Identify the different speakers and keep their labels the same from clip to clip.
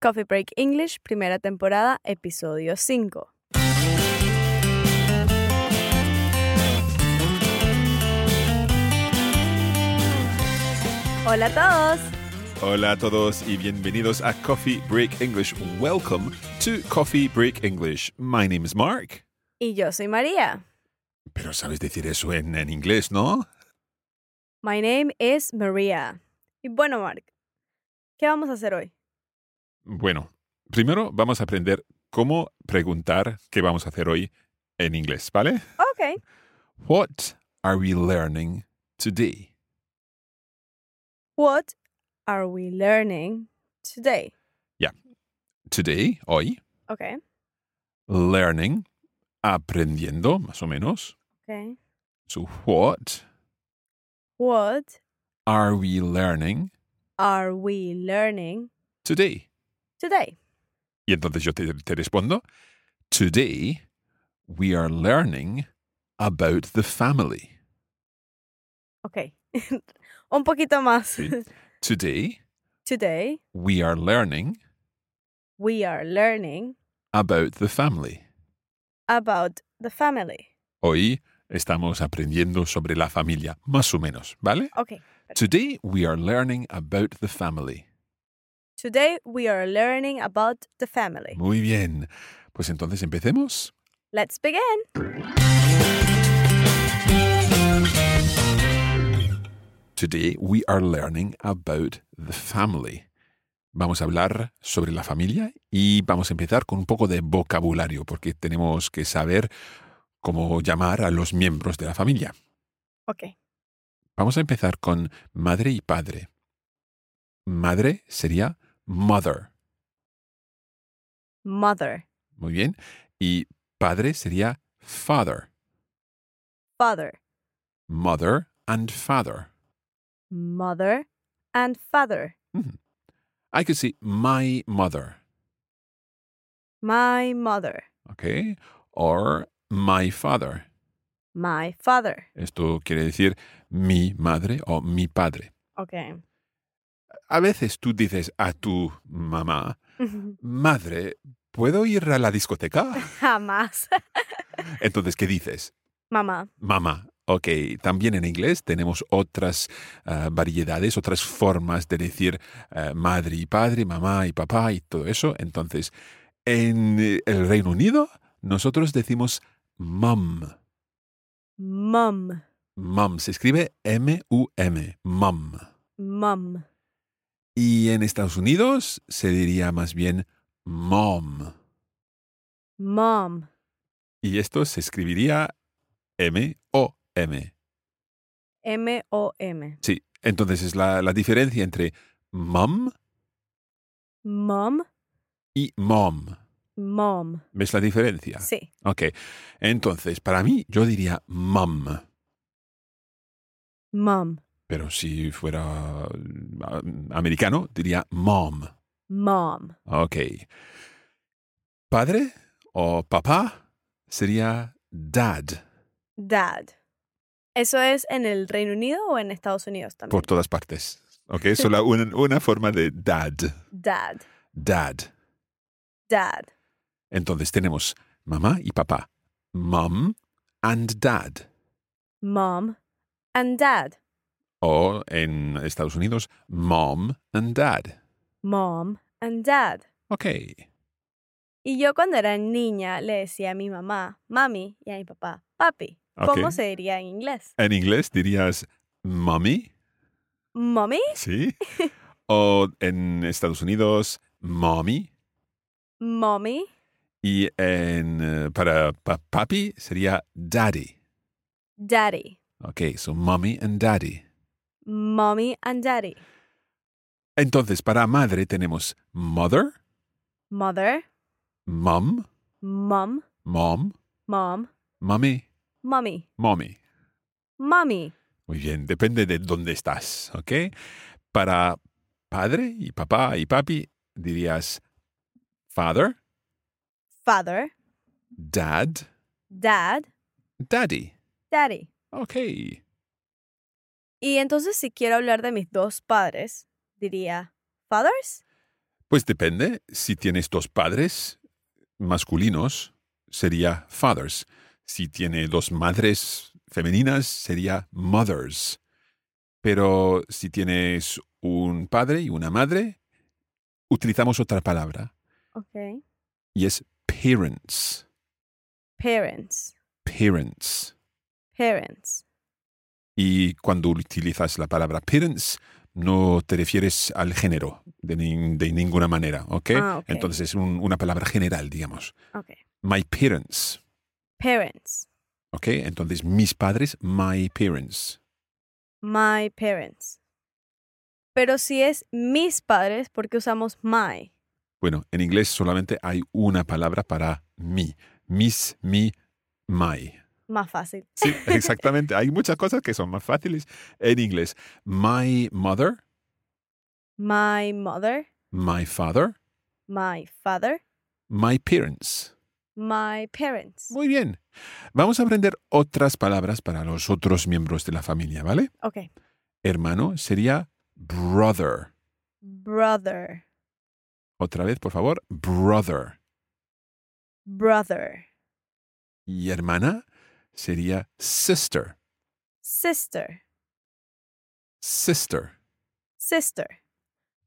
Speaker 1: Coffee Break English, primera temporada, episodio 5. Hola a todos.
Speaker 2: Hola a todos y bienvenidos a Coffee Break English. Welcome to Coffee Break English. My name is Mark.
Speaker 1: Y yo soy María.
Speaker 2: Pero sabes decir eso en, en inglés, ¿no?
Speaker 1: My name is Maria. Y bueno, Mark, ¿qué vamos a hacer hoy?
Speaker 2: Bueno, primero vamos a aprender cómo preguntar qué vamos a hacer hoy en inglés, ¿vale?
Speaker 1: Ok.
Speaker 2: What are we learning today?
Speaker 1: What are we learning today?
Speaker 2: Today, hoy,
Speaker 1: Ok.
Speaker 2: learning, aprendiendo, más o menos.
Speaker 1: Ok.
Speaker 2: So, what
Speaker 1: What
Speaker 2: are we learning
Speaker 1: are we learning
Speaker 2: today?
Speaker 1: today?
Speaker 2: Y entonces yo te, te respondo, Today we are learning about the family.
Speaker 1: Ok. Un poquito más.
Speaker 2: Sí. Today
Speaker 1: Today
Speaker 2: we are learning
Speaker 1: we are learning
Speaker 2: about the family.
Speaker 1: about the family.
Speaker 2: Hoy estamos aprendiendo sobre la familia, más o menos, ¿vale?
Speaker 1: Ok.
Speaker 2: Today we are learning about the family.
Speaker 1: Today we are learning about the family.
Speaker 2: Muy bien. Pues entonces empecemos.
Speaker 1: Let's begin.
Speaker 2: Today we are learning about the family. Vamos a hablar sobre la familia y vamos a empezar con un poco de vocabulario porque tenemos que saber cómo llamar a los miembros de la familia.
Speaker 1: Ok.
Speaker 2: Vamos a empezar con madre y padre. Madre sería mother.
Speaker 1: Mother,
Speaker 2: Muy bien. Y padre sería father.
Speaker 1: father,
Speaker 2: Mother and father.
Speaker 1: mother, and father.
Speaker 2: I could say my mother.
Speaker 1: My mother,
Speaker 2: Okay. Or my father.
Speaker 1: my father.
Speaker 2: Esto quiere decir mi madre o mi padre.
Speaker 1: Okay.
Speaker 2: A veces tú dices a tu mamá, madre, ¿puedo ir a la discoteca?
Speaker 1: Jamás.
Speaker 2: Entonces, ¿qué dices?
Speaker 1: Mamá.
Speaker 2: Mamá. Ok, también en inglés tenemos otras ah, variedades, otras formas de decir ah, madre y padre, mamá y papá y todo eso. Entonces, en eh, el Reino Unido nosotros decimos mum.
Speaker 1: Mum.
Speaker 2: Mum se escribe M-U-M, mum.
Speaker 1: Mum.
Speaker 2: Y en Estados Unidos se diría más bien mom.
Speaker 1: Mom.
Speaker 2: Y esto se escribiría M-O-M.
Speaker 1: M O M.
Speaker 2: Sí, entonces es la, la diferencia entre mom
Speaker 1: Mom.
Speaker 2: y mom.
Speaker 1: Mom.
Speaker 2: ¿Ves la diferencia?
Speaker 1: Sí.
Speaker 2: Ok. Entonces, para mí, yo diría mom.
Speaker 1: Mom. Pero
Speaker 2: Pero si fuera mm, americano, diría mom.
Speaker 1: Mom.
Speaker 2: Ok. Padre o papá sería dad.
Speaker 1: Dad. ¿Eso es en el Reino Unido o en Estados Unidos también?
Speaker 2: por todas partes. ¿Ok? Solo una, una forma de dad.
Speaker 1: Dad.
Speaker 2: Dad.
Speaker 1: Dad.
Speaker 2: Entonces tenemos mamá y papá. Mom and dad.
Speaker 1: Mom. And dad.
Speaker 2: O en Estados Unidos, mom and dad.
Speaker 1: Mom and dad.
Speaker 2: Ok.
Speaker 1: Y yo cuando era niña le decía a mi mamá, mami, y a mi papá, papi.
Speaker 2: Ok.
Speaker 1: ¿Cómo se diría en inglés?
Speaker 2: En inglés dirías mommy,
Speaker 1: ¿Mommy?
Speaker 2: ¿sí? o en Estados Unidos, mommy.
Speaker 1: ¿Mommy?
Speaker 2: Y en, eh, para pa- papi sería daddy.
Speaker 1: Daddy.
Speaker 2: Ok, so mommy and daddy.
Speaker 1: Mommy and daddy.
Speaker 2: Entonces, para madre tenemos mother,
Speaker 1: Mother,
Speaker 2: mom,
Speaker 1: mom,
Speaker 2: mom,
Speaker 1: mom,
Speaker 2: mommy,
Speaker 1: mommy.
Speaker 2: mommy.
Speaker 1: Mommy.
Speaker 2: Muy bien, depende de dónde estás, ¿ok? Para padre y papá y papi dirías father,
Speaker 1: Father,
Speaker 2: dad,
Speaker 1: dad,
Speaker 2: daddy.
Speaker 1: daddy.
Speaker 2: Ok.
Speaker 1: Y entonces si quiero hablar de mis dos padres, diría, fathers?
Speaker 2: Pues depende, si tienes dos padres masculinos, sería fathers. Si tiene dos madres femeninas, sería mothers. Pero si tienes un padre y una madre, utilizamos otra palabra
Speaker 1: Ok.
Speaker 2: y es parents.
Speaker 1: Parents,
Speaker 2: Parents.
Speaker 1: parents.
Speaker 2: Y cuando utilizas la palabra parents, no te refieres al género de, nin- de ninguna manera, ¿ok?
Speaker 1: Ah, ok.
Speaker 2: Entonces es un- una palabra general, digamos.
Speaker 1: Ok.
Speaker 2: My parents,
Speaker 1: Parents,
Speaker 2: ¿ok? Entonces mis padres, my parents.
Speaker 1: my parents. Pero si es mis padres, ¿por qué usamos my?
Speaker 2: Bueno, en inglés solamente hay una palabra para mi. Mis, mi, my.
Speaker 1: Más fácil.
Speaker 2: Sí, exactamente. Hay muchas cosas que son más fáciles en inglés. My mother,
Speaker 1: My mother,
Speaker 2: my father,
Speaker 1: my father,
Speaker 2: my parents.
Speaker 1: my parents.
Speaker 2: Muy bien. Vamos a aprender otras palabras para los otros miembros de la familia, ¿vale?
Speaker 1: Ok.
Speaker 2: Hermano sería brother.
Speaker 1: Brother,
Speaker 2: Otra vez, por favor, brother.
Speaker 1: brother.
Speaker 2: Y hermana sería sister.
Speaker 1: Sister,
Speaker 2: Sister.
Speaker 1: sister.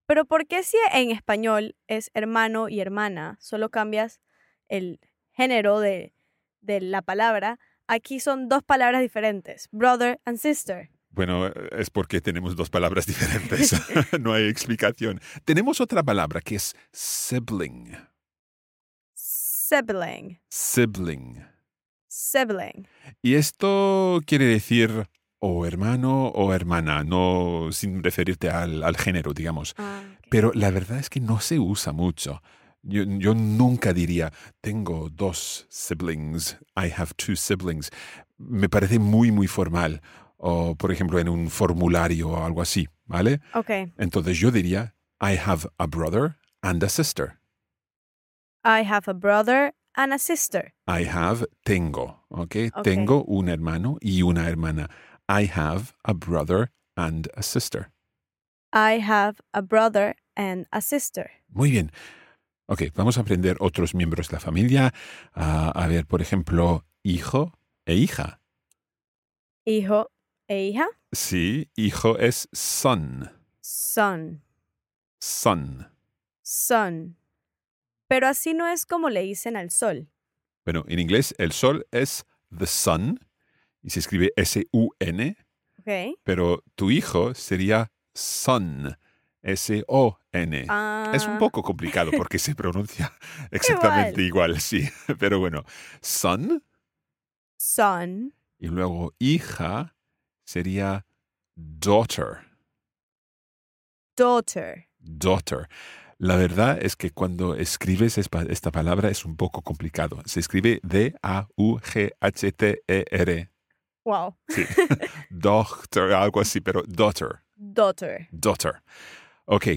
Speaker 1: Pero ¿por qué si en español es hermano y hermana? Solo cambias el género de, de la palabra. Aquí son dos palabras diferentes, brother and sister.
Speaker 2: Bueno, es porque tenemos dos palabras diferentes. no hay explicación. Tenemos otra palabra que es sibling.
Speaker 1: Sibling,
Speaker 2: Sibling.
Speaker 1: sibling.
Speaker 2: Y esto quiere decir o hermano o hermana, no sin referirte al, al género, digamos.
Speaker 1: Ah, ok.
Speaker 2: Pero la verdad es que no se usa mucho. Yo, yo nunca diría, tengo dos siblings, I have two siblings. Me parece muy, muy formal. O, por ejemplo, en un formulario o algo así, ¿vale?
Speaker 1: Ok,
Speaker 2: Entonces yo diría, I have a brother and a sister.
Speaker 1: I have a brother and a sister.
Speaker 2: I have, tengo,
Speaker 1: Ok.
Speaker 2: ¿ok? Tengo un hermano y una hermana. I have a brother and a sister.
Speaker 1: I have a brother and a sister.
Speaker 2: Muy bien. Ok, vamos a aprender otros miembros de la familia. Ah, a ver, por ejemplo, hijo e hija.
Speaker 1: Hijo e hija,
Speaker 2: Sí, hijo es son.
Speaker 1: son,
Speaker 2: Son.
Speaker 1: son. Pero así no es como le dicen al sol.
Speaker 2: Bueno, en inglés el sol es the sun y se escribe S-U-N,
Speaker 1: Ok.
Speaker 2: pero tu hijo sería son. S-O-N. Es un
Speaker 1: Ah,
Speaker 2: poco complicado porque se pronuncia exactamente igual, sí. Pero bueno, son
Speaker 1: Son,
Speaker 2: y luego hija sería daughter.
Speaker 1: daughter.
Speaker 2: daughter. La verdad es que cuando escribes espa- esta palabra es un poco complicado. Se escribe D-A-U-G-H-T-E-R.
Speaker 1: Wow.
Speaker 2: Doctor, algo así, pero daughter.
Speaker 1: Daughter.
Speaker 2: Daughter. Ok,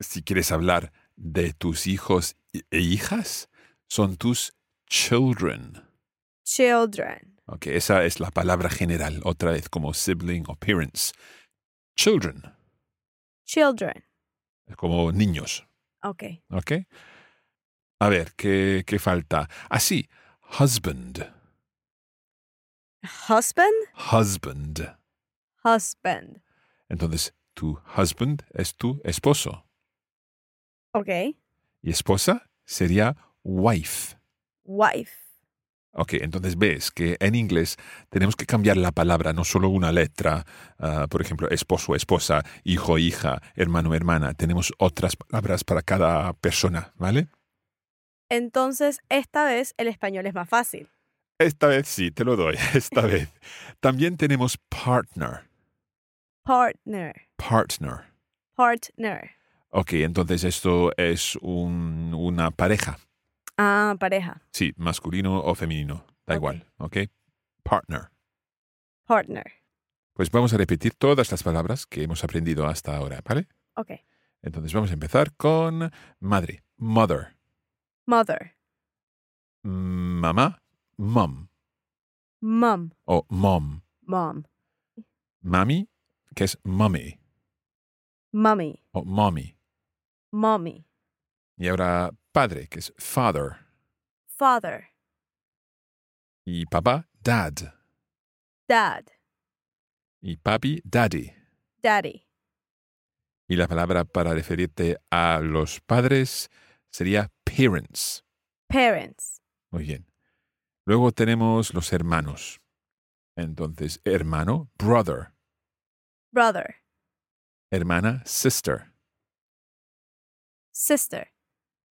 Speaker 2: si quieres hablar de tus hijos y- e hijas, son tus children.
Speaker 1: Children.
Speaker 2: Ok, esa es la palabra general, otra vez como sibling o parents. Children,
Speaker 1: Children.
Speaker 2: como niños.
Speaker 1: Ok.
Speaker 2: ¿Ok? A ver, ¿qué, qué falta? Así, husband.
Speaker 1: Husband.
Speaker 2: Husband.
Speaker 1: Husband.
Speaker 2: Entonces, tu husband es tu esposo
Speaker 1: Ok.
Speaker 2: y esposa sería wife.
Speaker 1: Wife.
Speaker 2: Ok, entonces ves que en inglés tenemos que cambiar la palabra, no solo una letra, ah, por ejemplo, esposo, esposa, hijo, hija, hermano, hermana. Tenemos otras palabras para cada persona, ¿vale?
Speaker 1: Entonces, esta vez el español es más fácil.
Speaker 2: Esta vez sí, te lo doy, esta vez. También tenemos partner,
Speaker 1: Partner.
Speaker 2: partner.
Speaker 1: Partner.
Speaker 2: Ok, entonces esto es un- una pareja.
Speaker 1: Ah, pareja.
Speaker 2: Sí, masculino o femenino, da
Speaker 1: Ok.
Speaker 2: igual, ¿ok? Partner.
Speaker 1: Partner.
Speaker 2: Pues vamos a repetir todas las palabras que hemos aprendido hasta ahora, ¿vale?
Speaker 1: Ok.
Speaker 2: Entonces vamos a empezar con madre, mother,
Speaker 1: Mother.
Speaker 2: mamá, mom
Speaker 1: Mom.
Speaker 2: o mom,
Speaker 1: Mom.
Speaker 2: mami, que es mommy
Speaker 1: Mommy.
Speaker 2: o mommy.
Speaker 1: Mommy.
Speaker 2: Y ahora padre, que es father,
Speaker 1: Father.
Speaker 2: y papá, dad,
Speaker 1: Dad.
Speaker 2: y papi, daddy.
Speaker 1: Daddy.
Speaker 2: Y la palabra para referirte a los padres sería parents.
Speaker 1: Parents.
Speaker 2: Muy bien. Luego tenemos los hermanos. Entonces, hermano, brother.
Speaker 1: Brother.
Speaker 2: hermana, sister.
Speaker 1: Sister.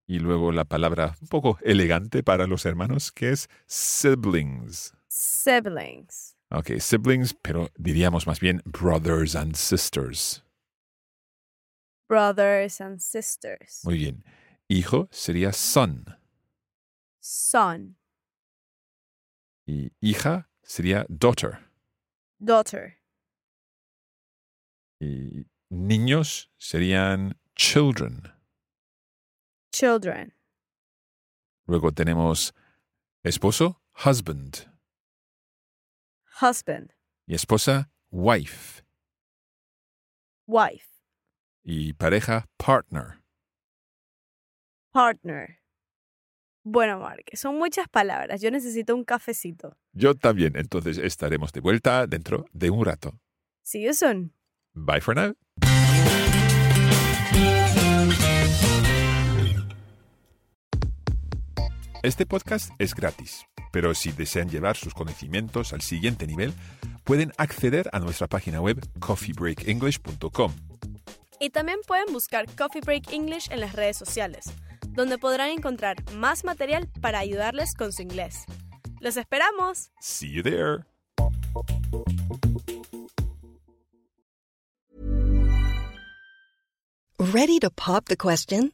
Speaker 2: Y luego la palabra un poco elegante para los hermanos, que es siblings.
Speaker 1: Siblings.
Speaker 2: Ok, siblings, pero diríamos más bien brothers and sisters.
Speaker 1: Brothers and sisters.
Speaker 2: Muy bien. Hijo sería son
Speaker 1: Son.
Speaker 2: y hija sería daughter.
Speaker 1: Daughter.
Speaker 2: Y niños serían children.
Speaker 1: Children.
Speaker 2: Luego tenemos esposo, husband,
Speaker 1: Husband.
Speaker 2: y esposa, wife,
Speaker 1: Wife.
Speaker 2: y pareja, partner.
Speaker 1: Partner. Bueno, Mark, son muchas palabras. Yo necesito un cafecito.
Speaker 2: Yo también, entonces estaremos de vuelta dentro de un rato.
Speaker 1: See you soon.
Speaker 2: Bye for now. Este podcast es gratis, pero si desean llevar sus conocimientos al siguiente nivel, pueden acceder a nuestra página web coffeebreakenglish.com.
Speaker 1: Y también pueden buscar Coffee Break English en las redes sociales, donde podrán encontrar más material para ayudarles con su inglés. ¡Los esperamos!
Speaker 2: See you there.
Speaker 3: Ready to pop the question?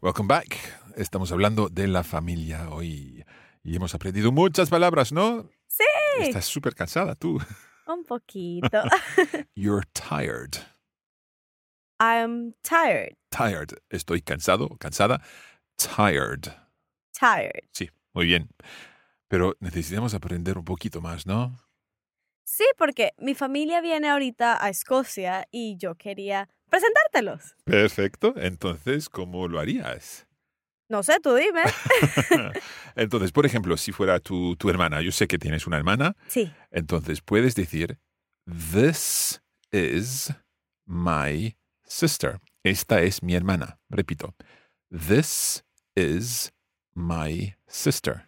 Speaker 2: Welcome back. Estamos hablando de la familia hoy y hemos aprendido muchas palabras, ¿no?
Speaker 1: ¡Sí!
Speaker 2: Estás súper cansada tú.
Speaker 1: Un poquito.
Speaker 2: You're tired.
Speaker 1: I'm tired.
Speaker 2: Tired. Estoy cansado, cansada. Tired.
Speaker 1: Tired.
Speaker 2: Sí, Muy bien. Pero necesitamos aprender un poquito más, ¿no?
Speaker 1: Sí, porque mi familia viene ahorita a Escocia y yo quería presentártelos.
Speaker 2: Perfecto. Entonces, ¿cómo lo harías?
Speaker 1: No sé, tú dime.
Speaker 2: entonces, por ejemplo, si fuera tu, tu hermana, yo sé que tienes una hermana,
Speaker 1: Sí.
Speaker 2: entonces puedes decir, This is my sister. Esta es mi hermana. Repito, This is my sister.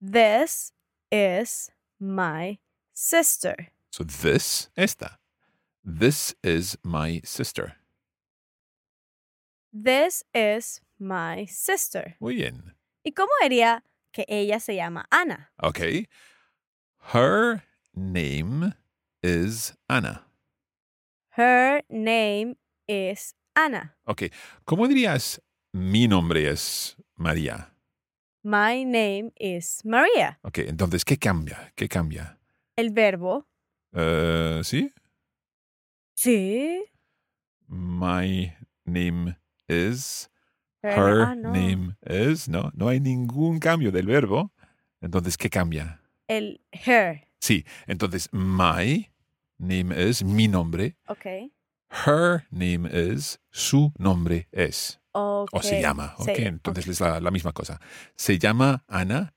Speaker 1: This is my sister.
Speaker 2: So this, esta. This is my sister.
Speaker 1: This is my sister.
Speaker 2: Muy bien.
Speaker 1: ¿Y cómo diría que ella se llama Ana?
Speaker 2: Okay. Her name is Ana.
Speaker 1: Her name is Ana.
Speaker 2: Okay. ¿Cómo dirías mi nombre es María?
Speaker 1: My name is Maria.
Speaker 2: Ok, entonces, ¿qué cambia? ¿Qué cambia?
Speaker 1: El verbo.
Speaker 2: Eh, ¿Sí?
Speaker 1: Sí.
Speaker 2: My name is.
Speaker 1: Her-
Speaker 2: Her
Speaker 1: ah, no.
Speaker 2: name is. No, no hay ningún cambio del verbo. Entonces, ¿qué cambia?
Speaker 1: El her.
Speaker 2: Sí, entonces, my name is, mi nombre.
Speaker 1: Ok.
Speaker 2: Her name is, su nombre es.
Speaker 1: okay.
Speaker 2: O se llama. Ok,
Speaker 1: Se-
Speaker 2: entonces es la, la misma cosa. Se llama Ana.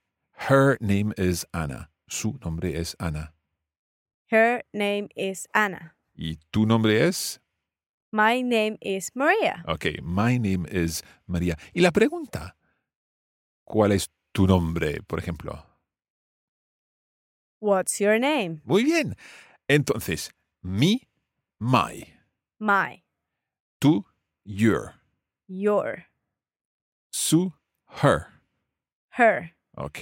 Speaker 2: Her name is Ana. Su nombre es Ana.
Speaker 1: Her name is Ana.
Speaker 2: ¿Y tu nombre es?
Speaker 1: My name is Maria.
Speaker 2: Ok, my name is María. Y la pregunta, ¿cuál es tu nombre, por ejemplo?
Speaker 1: What's your name?
Speaker 2: Muy bien. Entonces, mi, my,
Speaker 1: My.
Speaker 2: tu, your,
Speaker 1: Your.
Speaker 2: su, her.
Speaker 1: Her.
Speaker 2: Ok.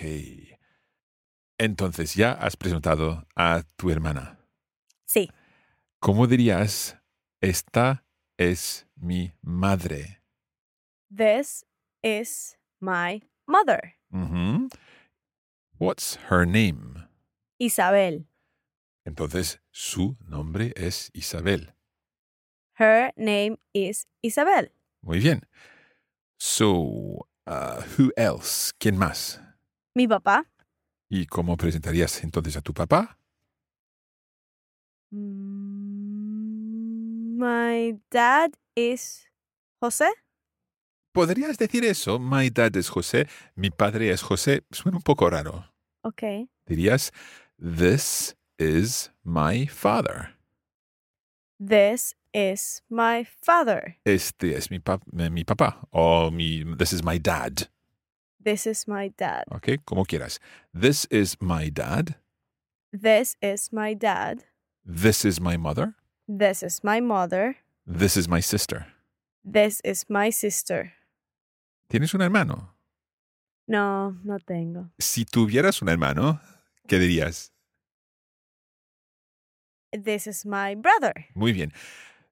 Speaker 2: Entonces, ya has presentado a tu hermana.
Speaker 1: Sí.
Speaker 2: ¿Cómo dirías, esta es mi madre?
Speaker 1: This is my mother.
Speaker 2: Ujú. What's her name?
Speaker 1: Isabel.
Speaker 2: Entonces, su nombre es Isabel.
Speaker 1: Her name is Isabel.
Speaker 2: Muy bien. So, uh, who else? ¿Quién más?
Speaker 1: Mi papá.
Speaker 2: ¿Y cómo presentarías entonces a tu papá?
Speaker 1: Mm, My dad is José.
Speaker 2: ¿Podrías decir eso? My dad es José, mi padre es José. Suena un poco raro.
Speaker 1: Okay.
Speaker 2: Dirías, this is my father.
Speaker 1: This is my father.
Speaker 2: Este es mi, pap- eh, mi papá. O mi, this is my dad.
Speaker 1: This is my dad.
Speaker 2: ¿Ok? Como quieras. This is my dad.
Speaker 1: This is my dad.
Speaker 2: This is my mother.
Speaker 1: This is my mother.
Speaker 2: This is my sister.
Speaker 1: This is my sister.
Speaker 2: ¿Tienes un hermano?
Speaker 1: No, no tengo.
Speaker 2: Si tuvieras un hermano, ¿qué dirías?
Speaker 1: This is my brother.
Speaker 2: Muy bien.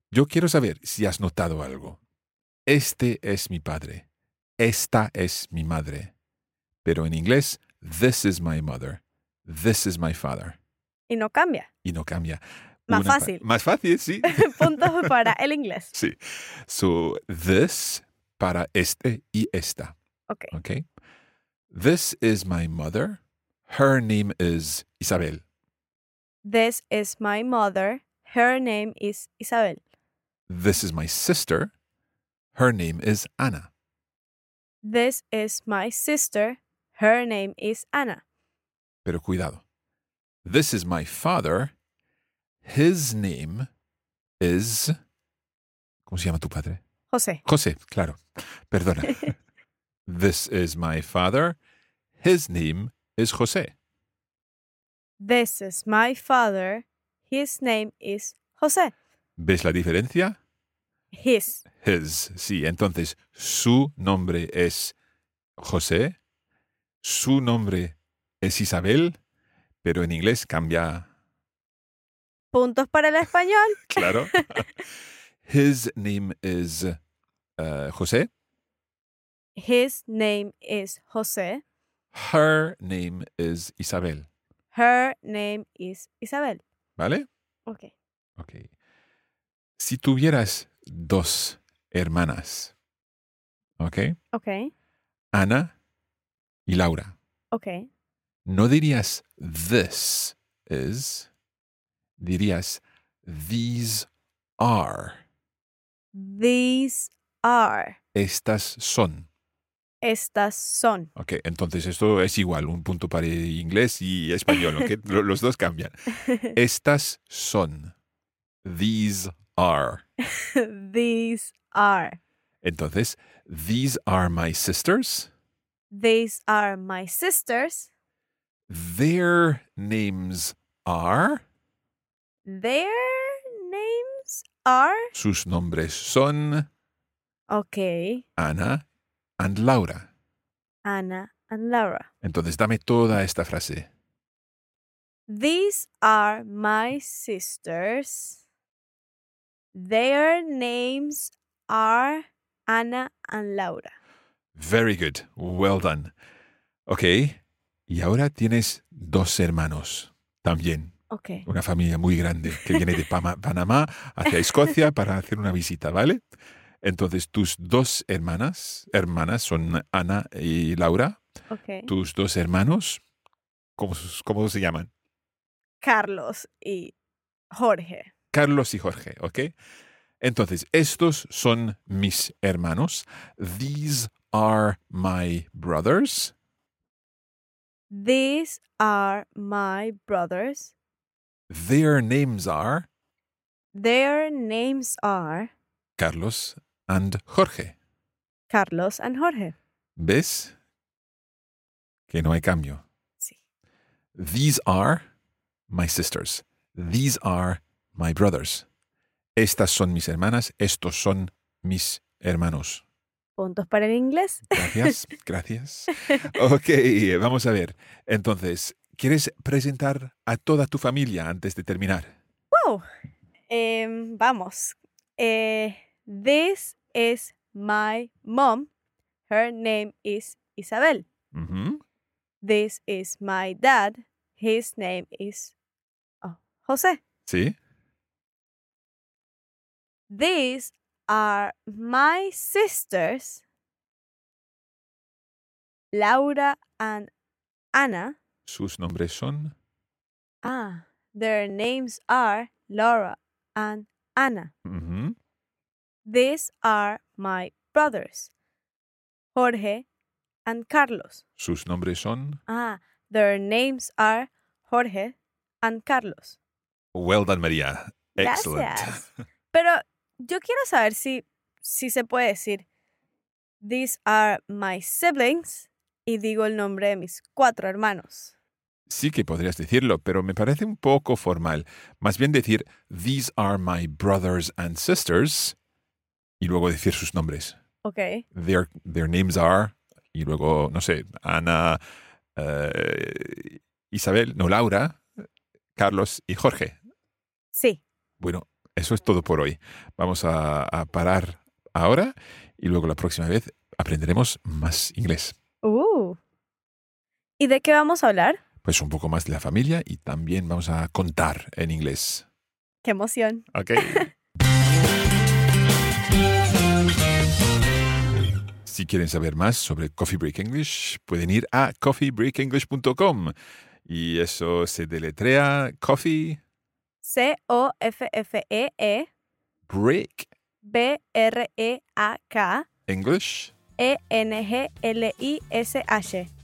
Speaker 2: Yo quiero saber si has notado algo. Este es mi padre. Esta es mi madre. Pero en inglés, this is my mother. This is my father.
Speaker 1: Y no cambia.
Speaker 2: Y no cambia.
Speaker 1: Más
Speaker 2: pa-
Speaker 1: fácil.
Speaker 2: Más fácil, sí.
Speaker 1: Puntos para el inglés.
Speaker 2: sí. So, this para este y esta.
Speaker 1: Ok.
Speaker 2: ¿Ok? This is my mother. Her name is Isabel.
Speaker 1: This is my mother. Her name is Isabel.
Speaker 2: This is my sister. Her name is Ana.
Speaker 1: This is my sister. Her name is Ana.
Speaker 2: Pero cuidado. This is my father. His name is. ¿Cómo se llama tu padre?
Speaker 1: José.
Speaker 2: José, claro. Perdona. This is my father. His name is José.
Speaker 1: This is my father. His name is José.
Speaker 2: ¿Ves la diferencia?
Speaker 1: His.
Speaker 2: His, sí. Entonces, su nombre es José. Su nombre es Isabel. Pero en inglés cambia
Speaker 1: Puntos para el español.
Speaker 2: Claro. His name is uh, José.
Speaker 1: His name is José.
Speaker 2: Her name is Isabel.
Speaker 1: Her name is Isabel.
Speaker 2: ¿Vale?
Speaker 1: Ok.
Speaker 2: Ok. Si tuvieras dos hermanas, ¿ok?
Speaker 1: Ok.
Speaker 2: Ana Y Laura,
Speaker 1: Ok.
Speaker 2: no dirías this is, dirías these are.
Speaker 1: These are.
Speaker 2: Estas son.
Speaker 1: Estas son.
Speaker 2: Ok, entonces esto es igual, un punto para inglés y español, aunque lo- los dos cambian. Estas son. These are.
Speaker 1: These are.
Speaker 2: Entonces, these are my sisters.
Speaker 1: These are my sisters.
Speaker 2: Their names are.
Speaker 1: Their names are.
Speaker 2: Sus nombres son
Speaker 1: Ok.
Speaker 2: Ana and Laura.
Speaker 1: Ana and Laura.
Speaker 2: Entonces, dame toda esta frase.
Speaker 1: These are my sisters. Their names are Ana and Laura.
Speaker 2: Very good. Well done. Ok. Y ahora tienes dos hermanos también.
Speaker 1: Ok.
Speaker 2: Una familia muy grande que viene de Pama- Panamá hacia Escocia para hacer una visita, ¿vale? Entonces, tus dos hermanas, hermanas son Ana y Laura.
Speaker 1: Ok.
Speaker 2: Tus dos hermanos, ¿cómo, sus- cómo se llaman?
Speaker 1: Carlos y Jorge.
Speaker 2: Carlos y Jorge, ¿ok? Entonces, estos son mis hermanos. These are my brothers.
Speaker 1: These are my brothers.
Speaker 2: Their names are
Speaker 1: Their names are
Speaker 2: Carlos and Jorge.
Speaker 1: Carlos and Jorge.
Speaker 2: ¿Ves? Que no hay cambio.
Speaker 1: Sí.
Speaker 2: These are my sisters. These are my brothers. Estas son mis hermanas. Estos son mis hermanos.
Speaker 1: Puntos para el inglés.
Speaker 2: Gracias, gracias. Ok, vamos a ver. Entonces, ¿quieres presentar a toda tu familia antes de terminar?
Speaker 1: Wow. Em, vamos. Eh, this is my mom. Her name is Isabel.
Speaker 2: Ujú.
Speaker 1: This is my dad. His name is oh, Jose.
Speaker 2: Sí.
Speaker 1: These are my sisters, Laura and Anna.
Speaker 2: Sus nombres son.
Speaker 1: Ah, their names are Laura and Anna.
Speaker 2: Ujú.
Speaker 1: These are my brothers, Jorge and Carlos.
Speaker 2: Sus nombres son.
Speaker 1: Ah, their names are Jorge and Carlos.
Speaker 2: Well done, María. Excellent.
Speaker 1: Gracias. Pero yo quiero saber si, si se puede decir, these are my siblings, y digo el nombre de mis cuatro hermanos.
Speaker 2: Sí que podrías decirlo, pero me parece un poco formal. Más bien decir, these are my brothers and sisters, y luego decir sus nombres.
Speaker 1: Ok,
Speaker 2: Their, their names are, y luego, no sé, Ana, eh, Isabel, no, Laura, Carlos y Jorge.
Speaker 1: sí.
Speaker 2: Bueno, eso es todo por hoy. Vamos a, a parar ahora y luego la próxima vez aprenderemos más inglés.
Speaker 1: Uh. ¿Y de qué vamos a hablar?
Speaker 2: Pues un poco más de la familia y también vamos a contar en inglés.
Speaker 1: ¡Qué emoción!
Speaker 2: Ok. si quieren saber más sobre Coffee Break English, pueden ir a coffeebreakenglish.com. Y eso se deletrea Coffee
Speaker 1: E C-O-F-F-E-E-B-R-E-A-K-E-N-G-L-I-S-H
Speaker 2: Break
Speaker 1: E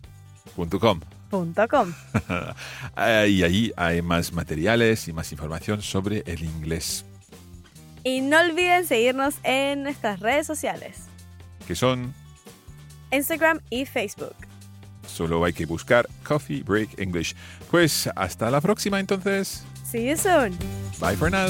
Speaker 2: English.com.
Speaker 1: punto com.
Speaker 2: Ah, y ahí hay más materiales y más información sobre el inglés,
Speaker 1: Y no olviden seguirnos en nuestras redes sociales,
Speaker 2: que son
Speaker 1: Instagram y Facebook.
Speaker 2: solo hay que buscar Coffee Break English. Pues hasta la próxima entonces.
Speaker 1: See you soon!
Speaker 2: Bye for now.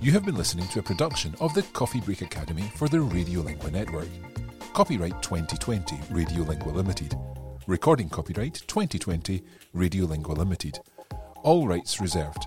Speaker 2: You have been listening to a production of the Coffee Break Academy for the Radiolingua Network. Copyright 2020 Radiolingua Limited. Recording copyright 2020 Radiolingua Limited. All rights reserved.